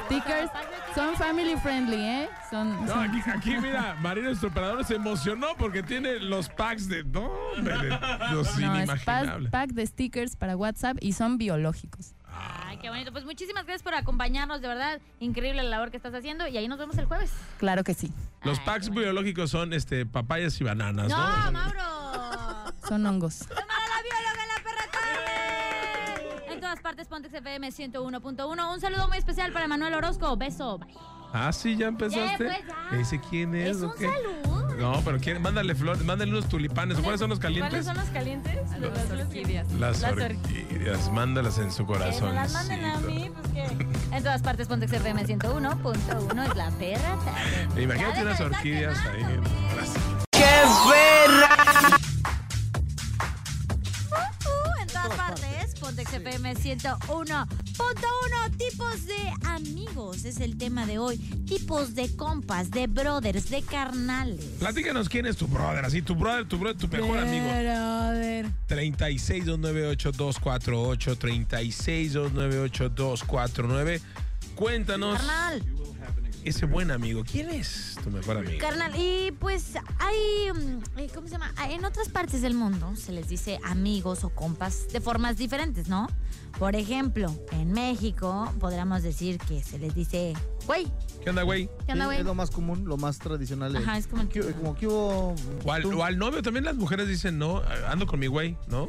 [SPEAKER 9] Stickers son family friendly, ¿eh? Son,
[SPEAKER 1] No,
[SPEAKER 9] son-
[SPEAKER 1] aquí, aquí, mira, Marino, nuestro operador, se emocionó porque tiene los packs de. No, hombre, de- los
[SPEAKER 9] No, es
[SPEAKER 1] inimaginables.
[SPEAKER 9] pack, pack de stickers para WhatsApp y son biológicos.
[SPEAKER 3] Ay, qué bonito. Pues muchísimas gracias por acompañarnos, de verdad. Increíble la labor que estás haciendo y ahí nos vemos el jueves.
[SPEAKER 9] Claro que sí.
[SPEAKER 1] Los packs biológicos son este papayas y bananas, ¿no?
[SPEAKER 3] No, Mauro.
[SPEAKER 9] Son hongos.
[SPEAKER 3] En todas partes, Pontex FM 101.1. Un saludo muy especial para Manuel Orozco. Beso. Bye.
[SPEAKER 1] Ah, sí, ya empezaste.
[SPEAKER 3] Ya,
[SPEAKER 1] ¿Ese quién es?
[SPEAKER 3] Es
[SPEAKER 1] o
[SPEAKER 3] un
[SPEAKER 1] qué? No, pero quién, mándale flores, mándale unos tulipanes. ¿Cuáles son los calientes?
[SPEAKER 6] los calientes? Las orquídeas.
[SPEAKER 1] Las orquídeas, mándalas en su
[SPEAKER 3] Que
[SPEAKER 1] corazón.
[SPEAKER 3] me las manden a mí, pues que. En todas partes, Pontex FM 101.1 es la perra tarde.
[SPEAKER 1] Imagínate unas orquídeas ahí.
[SPEAKER 3] ¡Qué
[SPEAKER 1] verra!
[SPEAKER 3] Uh, en todas partes, Pontex FM 101.1. Tipos de amigos es el tema de hoy. Tipos de compas, de brothers, de carnales.
[SPEAKER 1] Platícanos quién es tu brother, así, tu brother, tu brother, tu mejor amigo.
[SPEAKER 9] Brother.
[SPEAKER 1] 36298248, 36298249. Cuéntanos.
[SPEAKER 3] Carnal.
[SPEAKER 1] Ese buen amigo, ¿quién es tu mejor amigo?
[SPEAKER 3] Carnal, y pues hay, mm, eh, ¿cómo se llama? Ah, En otras partes del mundo se les dice amigos o compas de formas diferentes, ¿no? Por ejemplo, en México podríamos decir que se les dice, güey,
[SPEAKER 1] ¿Qué onda, güey?
[SPEAKER 3] ¿Qué onda,
[SPEAKER 13] Sí,
[SPEAKER 3] güey?
[SPEAKER 13] Es lo más común, lo más tradicional. es-
[SPEAKER 3] Ajá, es como el-
[SPEAKER 13] ¿Qué- como que hubo...
[SPEAKER 1] O al, o al novio también las mujeres dicen, no, ando con mi güey, ¿no?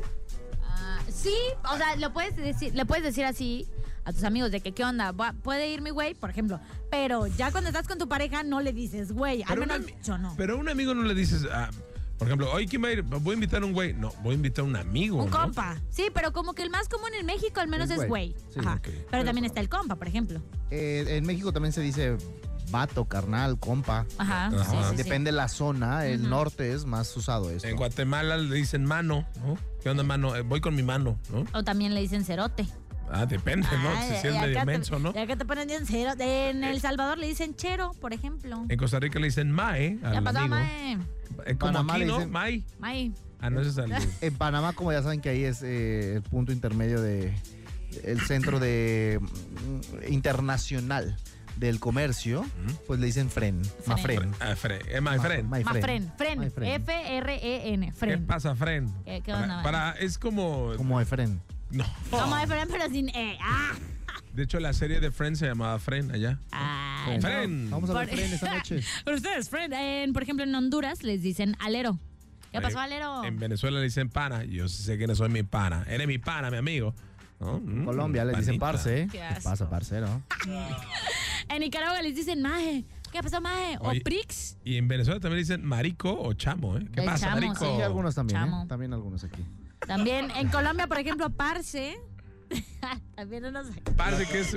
[SPEAKER 3] ah, sí, o sea, lo puedes decir, le puedes decir así a tus amigos de que qué onda, Va- puede ir mi güey, por ejemplo, pero ya cuando estás con tu pareja no le dices, güey, al
[SPEAKER 1] Pero una
[SPEAKER 3] menos yo no.
[SPEAKER 1] Pero a un amigo no le dices, ah, por ejemplo, hoy quién va a ir, voy a invitar a un güey. No, voy a invitar a un amigo.
[SPEAKER 3] Un
[SPEAKER 1] ¿no?
[SPEAKER 3] compa. Sí, pero como que el más común en México al menos
[SPEAKER 4] El
[SPEAKER 3] es
[SPEAKER 4] güey.
[SPEAKER 3] güey.
[SPEAKER 4] Sí,
[SPEAKER 3] Ajá.
[SPEAKER 4] ok.
[SPEAKER 3] Pero también está el compa, por ejemplo.
[SPEAKER 4] Eh, en México también se dice vato, carnal, compa.
[SPEAKER 3] Ajá, sí, Ajá. sí, sí.
[SPEAKER 4] Depende la zona, el
[SPEAKER 3] Ujú.
[SPEAKER 4] norte es más usado esto.
[SPEAKER 1] Ah, En Guatemala le dicen mano, ¿no? ¿Qué onda, mano? Eh, voy con mi mano, ¿no?
[SPEAKER 3] O también le dicen cerote.
[SPEAKER 1] Ah, depende, ¿no? Si- Si es
[SPEAKER 3] Ay,
[SPEAKER 1] medio
[SPEAKER 3] eh, acá te-
[SPEAKER 1] menso, ¿no?
[SPEAKER 3] acá te ponen bien cero. En El Salvador le dicen chero, por ejemplo.
[SPEAKER 1] En Costa Rica le dicen mae Eh, al
[SPEAKER 3] Ya pasó,
[SPEAKER 1] amigo.
[SPEAKER 3] mae.
[SPEAKER 1] Eh, como
[SPEAKER 4] Panamá
[SPEAKER 1] aquí,
[SPEAKER 4] le
[SPEAKER 1] ¿no?
[SPEAKER 4] dicen-
[SPEAKER 1] Mae.
[SPEAKER 3] Mae.
[SPEAKER 1] Ah, no, ese es al-
[SPEAKER 4] En Panamá, como ya saben que ahí es eh, el punto intermedio de el centro de mm, internacional del comercio, pues le dicen fren, mafren.
[SPEAKER 1] Ah, Fren. Eh, mae, Fren.
[SPEAKER 4] Ma-
[SPEAKER 3] Más
[SPEAKER 4] Fren.
[SPEAKER 3] fren. Fren.
[SPEAKER 4] Mae fren.
[SPEAKER 3] F-R-E-N.
[SPEAKER 1] ¿Qué
[SPEAKER 3] Fren.
[SPEAKER 1] pasa, Fren?
[SPEAKER 3] ¿Qué, qué
[SPEAKER 1] Para,
[SPEAKER 3] onda, mae?
[SPEAKER 1] para- es como...
[SPEAKER 4] Como Efren.
[SPEAKER 1] No.
[SPEAKER 3] Como de fren, pero sin E. ¡Ah!
[SPEAKER 1] De hecho, la serie de Friends se llamaba Fren allá.
[SPEAKER 3] Ay,
[SPEAKER 1] Fren.
[SPEAKER 4] Vamos
[SPEAKER 3] Ah, Por- Pero ustedes, fren. En, por ejemplo, en Honduras les dicen alero. ¿Qué pasó,
[SPEAKER 1] Eh,
[SPEAKER 3] alero?
[SPEAKER 1] En Venezuela le dicen pana. Yo sí sé que no soy mi pana. Eres mi pana, mi amigo. ¿No? Mm,
[SPEAKER 4] Colombia le dicen
[SPEAKER 1] panita.
[SPEAKER 4] parce. ¿eh?
[SPEAKER 3] Qué
[SPEAKER 4] ¿Qué
[SPEAKER 3] asco.
[SPEAKER 4] pasa, parcero?
[SPEAKER 3] En Nicaragua les dicen maje. ¿Qué pasó, maje? O
[SPEAKER 1] Oye,
[SPEAKER 3] prix.
[SPEAKER 1] Y en Venezuela también le dicen marico o chamo, ¿eh? ¿Qué
[SPEAKER 3] El
[SPEAKER 1] pasa,
[SPEAKER 3] chamo,
[SPEAKER 1] marico?
[SPEAKER 3] sí,
[SPEAKER 4] Algunos también, ¿eh?
[SPEAKER 3] Chamo.
[SPEAKER 4] También algunos aquí.
[SPEAKER 3] También en Colombia, por ejemplo, parce. También no nos
[SPEAKER 1] Parce que es...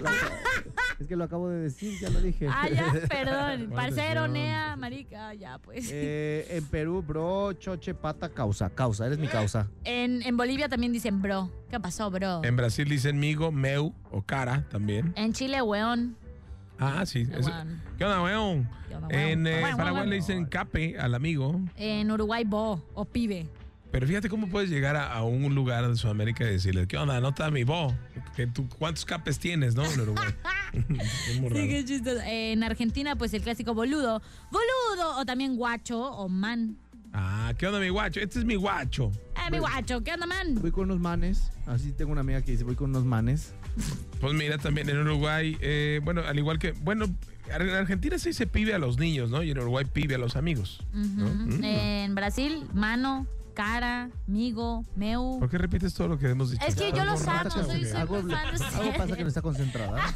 [SPEAKER 13] Es que lo acabo de decir, ya lo dije.
[SPEAKER 3] Ah, ya, perdón. Parcero, nea, marica, ya, pues.
[SPEAKER 4] Eh, en Perú, bro, choche, pata, causa, causa, eres mi causa.
[SPEAKER 3] En, en Bolivia también dicen bro. ¿Qué pasó, bro?
[SPEAKER 1] En Brasil dicen migo, meu o cara también.
[SPEAKER 3] En Chile, weón.
[SPEAKER 1] Ah, sí. eso-
[SPEAKER 3] Weón.
[SPEAKER 1] ¿Qué onda, weón? En eh, Paraguay le dicen cape al amigo.
[SPEAKER 3] En Uruguay, bo o pibe.
[SPEAKER 1] Pero fíjate cómo puedes llegar a, a un lugar de Sudamérica y decirle, ¿qué onda? Nota mi bo. Que tú- ¿Cuántos capes tienes, no? En Uruguay. es muy raro.
[SPEAKER 3] Sí, qué chistoso. En Argentina, pues el clásico boludo. Boludo o también guacho o man.
[SPEAKER 1] Ah, ¿qué onda, mi guacho? Este es mi guacho.
[SPEAKER 3] Eh, mi guacho, ¿qué onda, man?
[SPEAKER 4] Voy con unos manes, así tengo una amiga que dice, voy con unos manes.
[SPEAKER 1] Pues mira, también en Uruguay, eh, bueno, al igual que, bueno, en Argentina sí se pibe a los niños, ¿no? Y en Uruguay pibe a los amigos.
[SPEAKER 14] Ah,
[SPEAKER 3] Ujú.
[SPEAKER 14] mm.
[SPEAKER 3] En Brasil, mano, cara, migo, meu.
[SPEAKER 1] ¿Por qué repites todo lo que hemos dicho?
[SPEAKER 3] Es que yo los amo, soy
[SPEAKER 4] Algo,
[SPEAKER 3] súper fan de
[SPEAKER 4] algo pasa que no
[SPEAKER 3] ustedes.
[SPEAKER 4] está concentrada.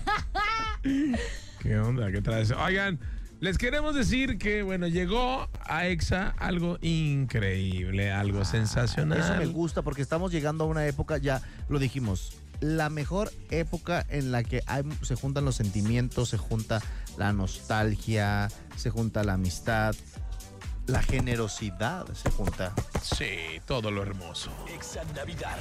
[SPEAKER 1] ¿Qué onda? ¿Qué traes? Oigan, les queremos decir que, bueno, llegó a EXA algo increíble, algo sensacional.
[SPEAKER 4] Eso me gusta porque estamos llegando a una época, ya lo dijimos, la mejor época en la que hay- se juntan los sentimientos, se junta la nostalgia, se junta la amistad, la generosidad se junta.
[SPEAKER 1] Sí, todo lo hermoso. Exa Navidad.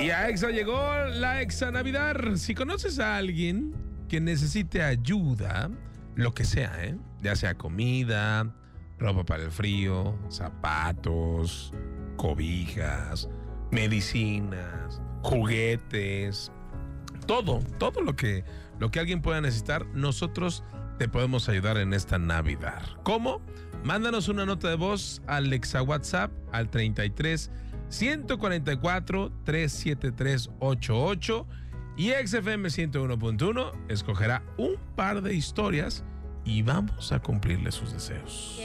[SPEAKER 1] Y a EXA llegó la EXA Navidad. Si conoces a alguien que necesite ayuda, lo que sea, ¿eh? ya sea comida, ropa para el frío, zapatos, cobijas, medicinas, juguetes, todo, todo lo que, lo que alguien pueda necesitar, nosotros te podemos ayudar en esta Navidad. ¿Cómo? Mándanos una nota de voz al Exa WhatsApp al 33 144 373 88 y XFM 101.1 escogerá un par de historias y vamos a cumplirle sus deseos.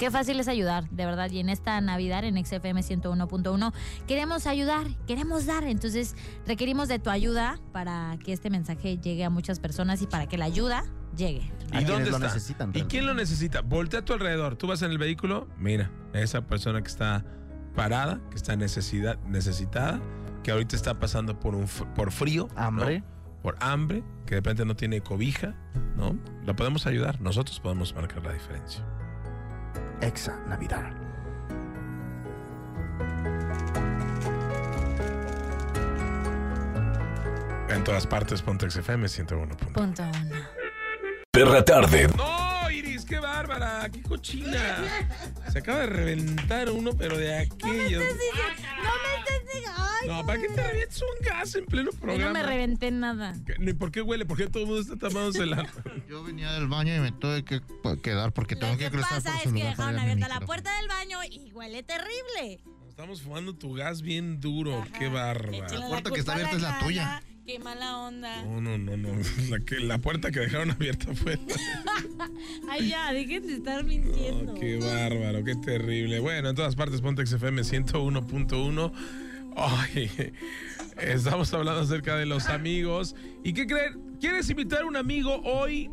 [SPEAKER 3] Qué fácil es ayudar, de verdad. Y en esta Navidad en XFM 101.1 queremos ayudar, queremos dar. Entonces requerimos de tu ayuda para que este mensaje llegue a muchas personas y para que la ayuda llegue.
[SPEAKER 1] ¿Y dónde
[SPEAKER 4] lo
[SPEAKER 1] está?
[SPEAKER 4] necesitan,
[SPEAKER 1] ¿Y quién lo necesita? Voltea a tu alrededor. Tú vas en el vehículo, mira, esa persona que está parada, que está necesidad, necesitada, que ahorita está pasando por un fr- por frío, hambre, por hambre, que de repente no tiene cobija, ¿no? La podemos ayudar. Nosotros podemos marcar la diferencia.
[SPEAKER 4] Exa Navidad.
[SPEAKER 1] En todas partes, ponte XFM 101.
[SPEAKER 3] Punto uno.
[SPEAKER 7] Perra tarde.
[SPEAKER 1] No, Iris, qué bárbara, qué cochina. Se acaba de reventar uno, pero de aquellos.
[SPEAKER 3] No me estés diciendo. Ay,
[SPEAKER 1] No, ¿para qué te revientes un gas en pleno
[SPEAKER 3] Yo no
[SPEAKER 1] programa?
[SPEAKER 3] me reventé nada.
[SPEAKER 1] ¿Qué- ni ¿Por qué huele? ¿Por qué todo el mundo está tapándose la...
[SPEAKER 14] Yo venía del baño y me tuve que pa- quedar porque tengo que
[SPEAKER 3] ¿Qué
[SPEAKER 14] cruzar
[SPEAKER 3] pasa?
[SPEAKER 14] por
[SPEAKER 3] Es
[SPEAKER 14] su
[SPEAKER 3] que
[SPEAKER 14] lugar para
[SPEAKER 3] dejaron
[SPEAKER 14] hallar mi
[SPEAKER 3] abierta la
[SPEAKER 14] micrófono.
[SPEAKER 3] puerta del baño y huele terrible.
[SPEAKER 1] Estamos fumando tu gas bien duro. Qué bárbara.
[SPEAKER 14] La puerta que está abierta es la tuya. Oh.
[SPEAKER 9] Qué mala onda.
[SPEAKER 1] No, no, no, no. La, que- la puerta que dejaron abierta fue...
[SPEAKER 9] Ay, ya, dejen de estar mintiendo.
[SPEAKER 1] Qué bárbaro, qué terrible. Bueno, en todas partes, Pontex FM 101.1. Ay, estamos hablando acerca de los amigos. ¿Y qué creen? ¿Quieres invitar a un amigo hoy?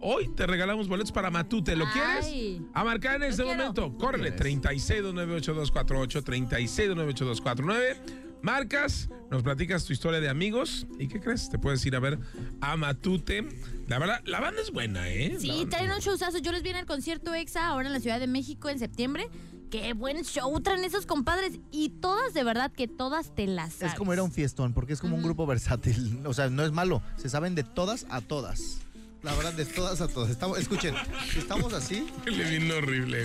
[SPEAKER 1] Hoy te regalamos boletos para Matute. ¿Lo
[SPEAKER 3] Ay.
[SPEAKER 1] quieres? A marcar en este momento. Córrele, 36298248, 36298249. Marcas, nos platicas tu historia de amigos. ¿Y qué crees? Te puedes ir a ver a Matute. La verdad, la banda es buena, ¿eh? La
[SPEAKER 3] Sí,
[SPEAKER 1] banda-
[SPEAKER 3] traen un showzazo. Yo les vi en el concierto EXA ahora en la Ciudad de México en septiembre. Qué buen show traen esos compadres. Y todas, de verdad, que todas te las
[SPEAKER 4] Es
[SPEAKER 3] sabes.
[SPEAKER 4] como era un fiestón, porque es como un grupo versátil. O sea, no es malo. Se saben de todas a todas. La verdad, de todas a todas. Estamos, escuchen, estamos así.
[SPEAKER 1] Le vino horrible.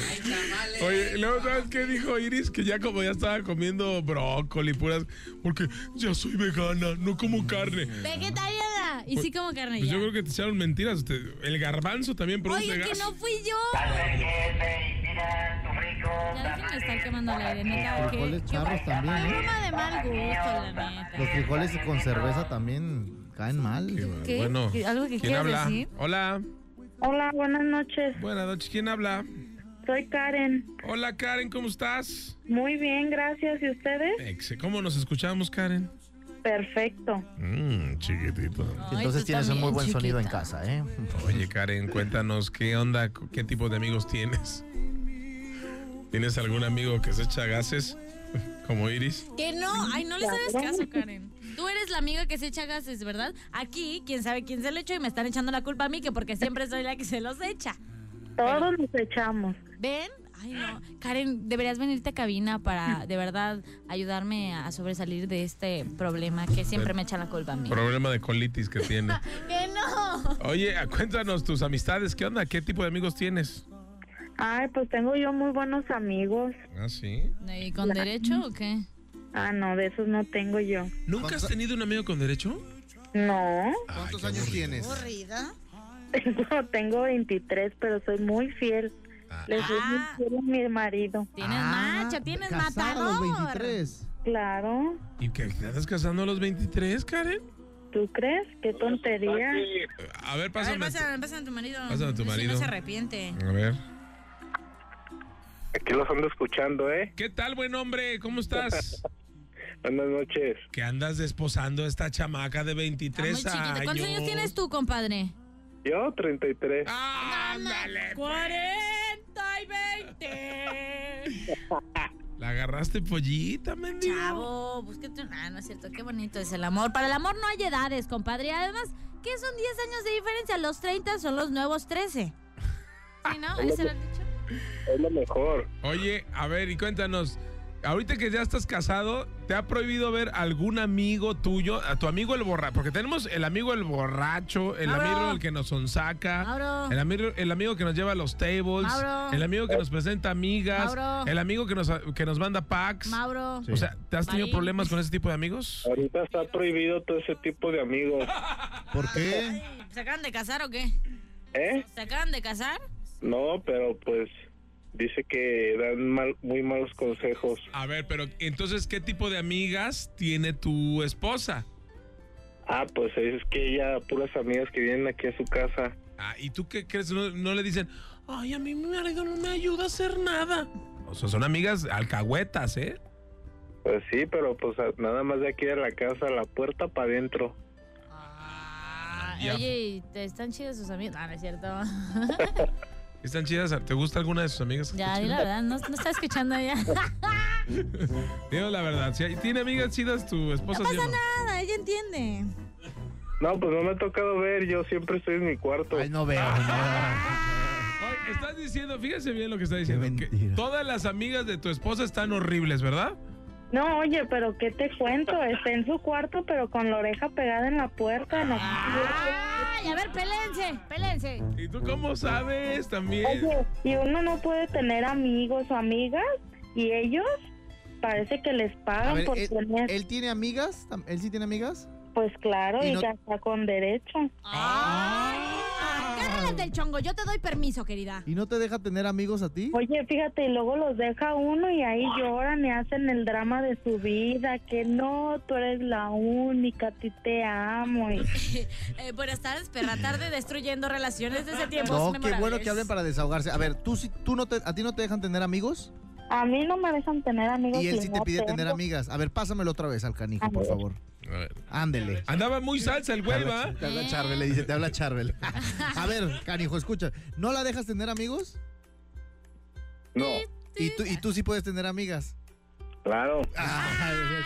[SPEAKER 1] Oye, luego, ¿sabes qué dijo Iris? Que ya como ya estaba comiendo brócoli, puras. Porque ya soy vegana, no como carne.
[SPEAKER 3] Vegetariana. Y sí como carne.
[SPEAKER 1] Pues
[SPEAKER 3] ya.
[SPEAKER 1] yo creo que te echaron mentiras. Te- El garbanzo también produce
[SPEAKER 3] Oye, que
[SPEAKER 1] gas.
[SPEAKER 3] no fui yo. Ya déjenme estar quemando el aire, neta.
[SPEAKER 4] Frijoles charros también,
[SPEAKER 3] Qué
[SPEAKER 4] ¿eh?
[SPEAKER 3] broma de mal gusto, la neta.
[SPEAKER 4] Los frijoles con cerveza también caen mal.
[SPEAKER 3] ¿Qué?
[SPEAKER 1] Bueno,
[SPEAKER 3] ¿Algo que
[SPEAKER 1] ¿quién
[SPEAKER 3] quieras
[SPEAKER 1] habla?
[SPEAKER 3] decir?
[SPEAKER 1] Hola.
[SPEAKER 8] Hola, buenas noches.
[SPEAKER 1] Buenas noches, ¿quién habla?
[SPEAKER 8] Soy Karen.
[SPEAKER 1] Hola, Karen, ¿cómo estás?
[SPEAKER 8] Muy bien, gracias. ¿Y ustedes?
[SPEAKER 1] Ex- ¿Cómo nos escuchamos, Karen?
[SPEAKER 8] Perfecto.
[SPEAKER 1] Mmm, chiquitito.
[SPEAKER 4] Entonces tienes un muy buen sonido en casa, ¿eh?
[SPEAKER 1] Oye, Karen, cuéntanos, ¿qué onda? ¿Qué tipo de amigos tienes? ¿Tienes algún amigo que se echa gases? Como Iris.
[SPEAKER 3] Que no, ay, no les hagas
[SPEAKER 9] Cabrón.
[SPEAKER 3] caso, Karen. Tú eres la amiga que se echa gases, ¿verdad? Aquí, quién sabe quién se lo echó y me están echando la culpa a mí, que porque siempre soy la que se los echa.
[SPEAKER 8] Todos nos echamos.
[SPEAKER 3] ¿Ven? Ay, no. Karen, deberías venirte a cabina para, de verdad, ayudarme a sobresalir de este problema que siempre me echan la culpa a mí.
[SPEAKER 1] Problema de colitis que tiene.
[SPEAKER 3] ¡Que no!
[SPEAKER 1] Oye, cuéntanos tus amistades, ¿qué onda? ¿Qué tipo de amigos tienes?
[SPEAKER 8] Ay, pues tengo yo muy buenos amigos.
[SPEAKER 1] Ah, sí.
[SPEAKER 3] ¿Y con derecho o qué?
[SPEAKER 8] Ah, no, de esos no tengo yo.
[SPEAKER 1] ¿Nunca has tenido un amigo con derecho?
[SPEAKER 8] No.
[SPEAKER 4] ¿Cuántos años tienes?
[SPEAKER 8] ¿Aburrida? Tengo, tengo 23, pero soy muy fiel. Le soy muy fiel a mi marido.
[SPEAKER 3] Tienes macho, tienes
[SPEAKER 4] Ah, Casado a los
[SPEAKER 3] matador.
[SPEAKER 4] 23.
[SPEAKER 8] Claro.
[SPEAKER 1] ¿Y que te andas casando a los 23, Karen?
[SPEAKER 8] ¿Tú crees? Qué tontería.
[SPEAKER 1] A ver,
[SPEAKER 12] A ver,
[SPEAKER 1] pásame.
[SPEAKER 12] pásame, pásame a tu marido.
[SPEAKER 1] Pásame a tu
[SPEAKER 12] Si
[SPEAKER 1] marido.
[SPEAKER 12] no se arrepiente.
[SPEAKER 1] a ver.
[SPEAKER 15] Aquí los ando escuchando, ¿eh?
[SPEAKER 1] ¿Qué tal, buen hombre? ¿Cómo estás?
[SPEAKER 15] Buenas noches.
[SPEAKER 1] Que andas desposando a esta chamaca de 23
[SPEAKER 3] Muy chiquita.
[SPEAKER 1] años.
[SPEAKER 3] ¿Cuántos años tienes tú, compadre?
[SPEAKER 15] Yo, 33.
[SPEAKER 1] ¡Ándale!
[SPEAKER 12] 40 y 20.
[SPEAKER 1] La agarraste pollita, mendigo.
[SPEAKER 3] Chavo, búsquete un... Ah, no es cierto, qué bonito es el amor. Para el amor no hay edades, compadre. Además, ¿qué son 10 años de diferencia? Los 30 son los nuevos 13. Sí, ¿no? Eso era-
[SPEAKER 15] Es lo mejor.
[SPEAKER 1] Oye, a ver, y cuéntanos. Ahorita que ya estás casado, ¿te ha prohibido ver algún amigo tuyo, a tu amigo el borracho? Porque tenemos el amigo el borracho, el
[SPEAKER 3] Mauro.
[SPEAKER 1] amigo el que nos sonsaca,
[SPEAKER 3] Mauro.
[SPEAKER 1] el amigo, el amigo que nos lleva a los tables,
[SPEAKER 3] Mauro.
[SPEAKER 1] el amigo que nos presenta amigas,
[SPEAKER 3] Mauro.
[SPEAKER 1] el amigo que nos, que nos manda packs.
[SPEAKER 3] Mauro.
[SPEAKER 1] O sea, ¿te has tenido
[SPEAKER 3] Marín.
[SPEAKER 1] problemas con ese tipo de amigos?
[SPEAKER 15] Ahorita está prohibido todo ese tipo de amigos.
[SPEAKER 4] ¿Por
[SPEAKER 15] qué?
[SPEAKER 12] ¿Se acaban de casar o qué?
[SPEAKER 15] ¿Eh?
[SPEAKER 12] ¿Se acaban de casar?
[SPEAKER 15] No, pero pues dice que dan mal, muy malos consejos.
[SPEAKER 1] A ver, pero entonces, ¿qué tipo de amigas tiene tu esposa?
[SPEAKER 15] Ah, pues es que ella, puras amigas que vienen aquí a su casa.
[SPEAKER 1] Ah, ¿y tú qué crees? ¿No, no le dicen, Ay, a mí mi marido no me ayuda a hacer nada. o sea, son amigas alcahuetas, ¿eh?
[SPEAKER 15] Pues sí, pero pues a- nada más de aquí de la casa, la puerta para adentro.
[SPEAKER 3] Ah,
[SPEAKER 1] Ya.
[SPEAKER 12] Oye, ¿y te están chidos sus amigos. Ah, no es cierto.
[SPEAKER 1] Están chidas. ¿Te gusta alguna de sus amigas?
[SPEAKER 12] ya, di la verdad, no, no está escuchando ya.
[SPEAKER 1] Digo la verdad. Si hay- tiene amigas chidas tu
[SPEAKER 12] No
[SPEAKER 1] esposa. sí o
[SPEAKER 12] pasa
[SPEAKER 1] no?
[SPEAKER 3] Ah,
[SPEAKER 12] nada, ella entiende.
[SPEAKER 15] No, pues no me ha tocado ver, yo siempre estoy en mi cuarto. Ay,
[SPEAKER 4] no veo.
[SPEAKER 1] Oye, estás diciendo, fíjese bien lo que está diciendo. que todas las amigas de tu esposa están horribles, ¿verdad?
[SPEAKER 8] No, oye, pero ¿qué te cuento? Está en su cuarto, pero con la oreja pegada en la puerta. No.
[SPEAKER 3] Ay, a ver, pelense, pelense.
[SPEAKER 1] ¿Y tú cómo sabes también?
[SPEAKER 8] Oye, y uno no puede tener amigos o amigas y ellos parece que les
[SPEAKER 4] A
[SPEAKER 8] pagan
[SPEAKER 4] ver, eh,
[SPEAKER 8] por
[SPEAKER 4] él,
[SPEAKER 8] tener.
[SPEAKER 4] él tiene amigas? ¿Tam- ¿Él sí tiene amigas?
[SPEAKER 8] Pues claro,
[SPEAKER 4] y
[SPEAKER 8] y
[SPEAKER 4] no-
[SPEAKER 8] ya está con derecho.
[SPEAKER 3] Agárralas del chongo, yo te doy permiso, querida.
[SPEAKER 4] ¿Y no te deja tener amigos a ti?
[SPEAKER 8] Oye, fíjate, y luego los deja uno y ahí lloran y hacen el drama de su vida, que no, tú eres la única, a ti te amo. y-
[SPEAKER 12] Eh, buenas tardes, perra tarde, destruyendo relaciones desde
[SPEAKER 6] pues,
[SPEAKER 12] tiempos
[SPEAKER 4] No, qué
[SPEAKER 12] memorables.
[SPEAKER 4] bueno que hablen para desahogarse. A ver, ¿tú, sí- tú no te, ¿a ti no te dejan tener amigos?
[SPEAKER 8] A mí no me dejan tener amigos.
[SPEAKER 4] Y él sí te
[SPEAKER 8] no
[SPEAKER 4] pide tener
[SPEAKER 8] tengo.
[SPEAKER 4] amigas. A ver, pásamelo otra vez al canijo,
[SPEAKER 8] A
[SPEAKER 4] por
[SPEAKER 8] ver.
[SPEAKER 4] favor. Ándele.
[SPEAKER 1] Andaba muy salsa el
[SPEAKER 4] güey, ¿va? Te habla Charvel, le dice, te habla Charvel. A ver, canijo, escucha. ¿No la dejas tener amigos?
[SPEAKER 15] No.
[SPEAKER 4] ¿Y tú, y tú sí puedes tener amigas?
[SPEAKER 15] Claro.
[SPEAKER 3] Ah,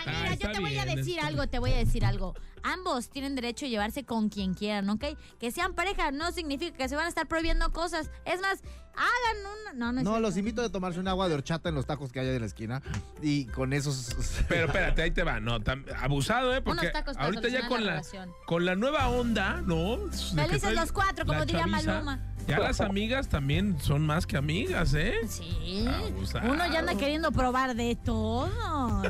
[SPEAKER 1] Ah,
[SPEAKER 3] Mira, yo te voy a decir algo, te voy a decir algo. Ambos tienen derecho a llevarse con quien quieran, ¿ok? Que sean pareja no significa que se van a estar prohibiendo cosas. Es más, hagan un... No, no es
[SPEAKER 4] No,
[SPEAKER 3] cierto.
[SPEAKER 4] los invito a tomarse un agua de horchata en los tacos que hay de la esquina. Y con esos...
[SPEAKER 1] Pero espérate, ahí te va. No, tam- abusado, ¿eh? Porque
[SPEAKER 3] Unos tacos para
[SPEAKER 1] ahorita ya
[SPEAKER 3] solucionar
[SPEAKER 1] con
[SPEAKER 3] la
[SPEAKER 1] la,
[SPEAKER 3] relación.
[SPEAKER 1] con la nueva onda, ¿no? De que
[SPEAKER 3] Felices
[SPEAKER 1] trae
[SPEAKER 3] los cuatro, como
[SPEAKER 1] la
[SPEAKER 3] diría Maluma.
[SPEAKER 1] Ya las amigas también son más que amigas, ¿eh?
[SPEAKER 3] Sí.
[SPEAKER 1] Abusado.
[SPEAKER 3] Uno ya anda queriendo probar de todo.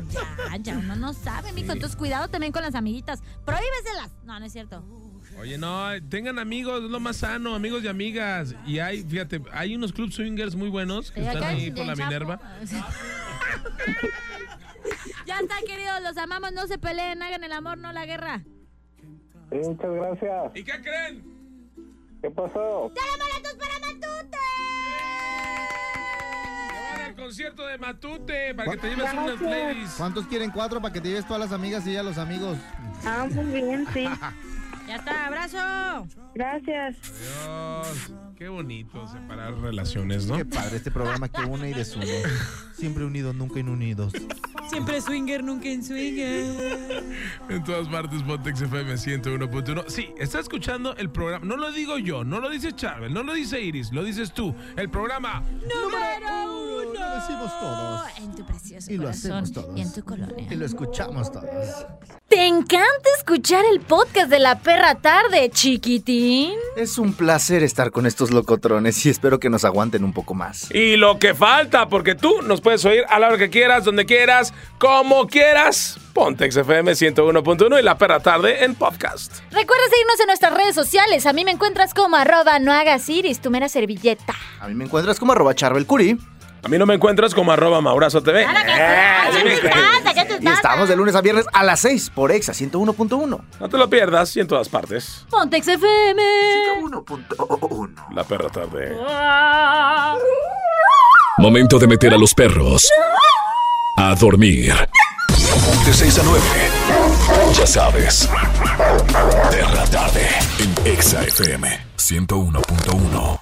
[SPEAKER 3] Ya, ya uno no sabe, mijo. Entonces, cuidado también con las amiguitas. Prohíbeselas. No, no es cierto.
[SPEAKER 1] Oye, no, tengan amigos, es lo más sano, amigos y amigas. Y hay, fíjate, hay unos club swingers muy buenos que
[SPEAKER 3] Sí,
[SPEAKER 1] están
[SPEAKER 3] acá
[SPEAKER 1] ahí
[SPEAKER 3] en-
[SPEAKER 1] por
[SPEAKER 3] en
[SPEAKER 1] la
[SPEAKER 3] Chapo.
[SPEAKER 1] Minerva.
[SPEAKER 3] Ya está, queridos. Los amamos. No se peleen. Hagan el amor, no la guerra.
[SPEAKER 15] Muchas gracias.
[SPEAKER 1] ¿Y qué creen?
[SPEAKER 15] ¿Qué pasó?
[SPEAKER 1] Al concierto de Matute para que te lleves unas ladies.
[SPEAKER 4] ¿Cuántos quieren? Cuatro para que te lleves todas las amigas y ya los amigos.
[SPEAKER 8] Ah, muy bien, sí.
[SPEAKER 12] Ya está, abrazo.
[SPEAKER 8] Gracias.
[SPEAKER 1] Dios, qué bonito separar relaciones, ¿no?
[SPEAKER 4] Qué padre este programa que une y desune. Siempre unidos, nunca inunidos.
[SPEAKER 12] Siempre swinger, nunca en swinger.
[SPEAKER 1] En todas partes, Pontex FM 101.1. Sí, está escuchando el programa. No lo digo yo, no lo dice Charvel, no lo dice Iris, lo dices tú. El programa.
[SPEAKER 12] Número uno. Lo
[SPEAKER 4] decimos todos.
[SPEAKER 3] En tu precioso
[SPEAKER 4] Y lo
[SPEAKER 3] corazón.
[SPEAKER 4] hacemos todos.
[SPEAKER 3] Y en tu colonia.
[SPEAKER 4] Y lo escuchamos todos.
[SPEAKER 3] ¿Te encanta escuchar el podcast de La Perra Tarde, chiquitín?
[SPEAKER 4] Es un placer estar con estos locotrones y espero que nos aguanten un poco más.
[SPEAKER 1] Y lo que falta, porque tú nos puedes oír a la hora que quieras, donde quieras, como quieras. Pontex FM 101.1 y La Perra Tarde en podcast.
[SPEAKER 3] Recuerda seguirnos en nuestras redes sociales. A mí me encuentras como arroba no hagas iris, tu mera servilleta.
[SPEAKER 4] A mí me encuentras como arroba charvelcuri.
[SPEAKER 16] A mí no me encuentras como arroba Maurazo TV.
[SPEAKER 1] Eh,
[SPEAKER 3] ¿Qué te pasa? ¿Qué te
[SPEAKER 16] Y
[SPEAKER 3] pasa?
[SPEAKER 16] estamos
[SPEAKER 13] de lunes a viernes a las 6 por Exa 101.1.
[SPEAKER 16] No te lo pierdas y en todas partes.
[SPEAKER 3] Pontex FM.
[SPEAKER 16] La perra tarde.
[SPEAKER 4] Ah.
[SPEAKER 7] Momento de meter a los perros a dormir. De 6 a 9. Ya sabes. Perra tarde. En Exa FM 101.1.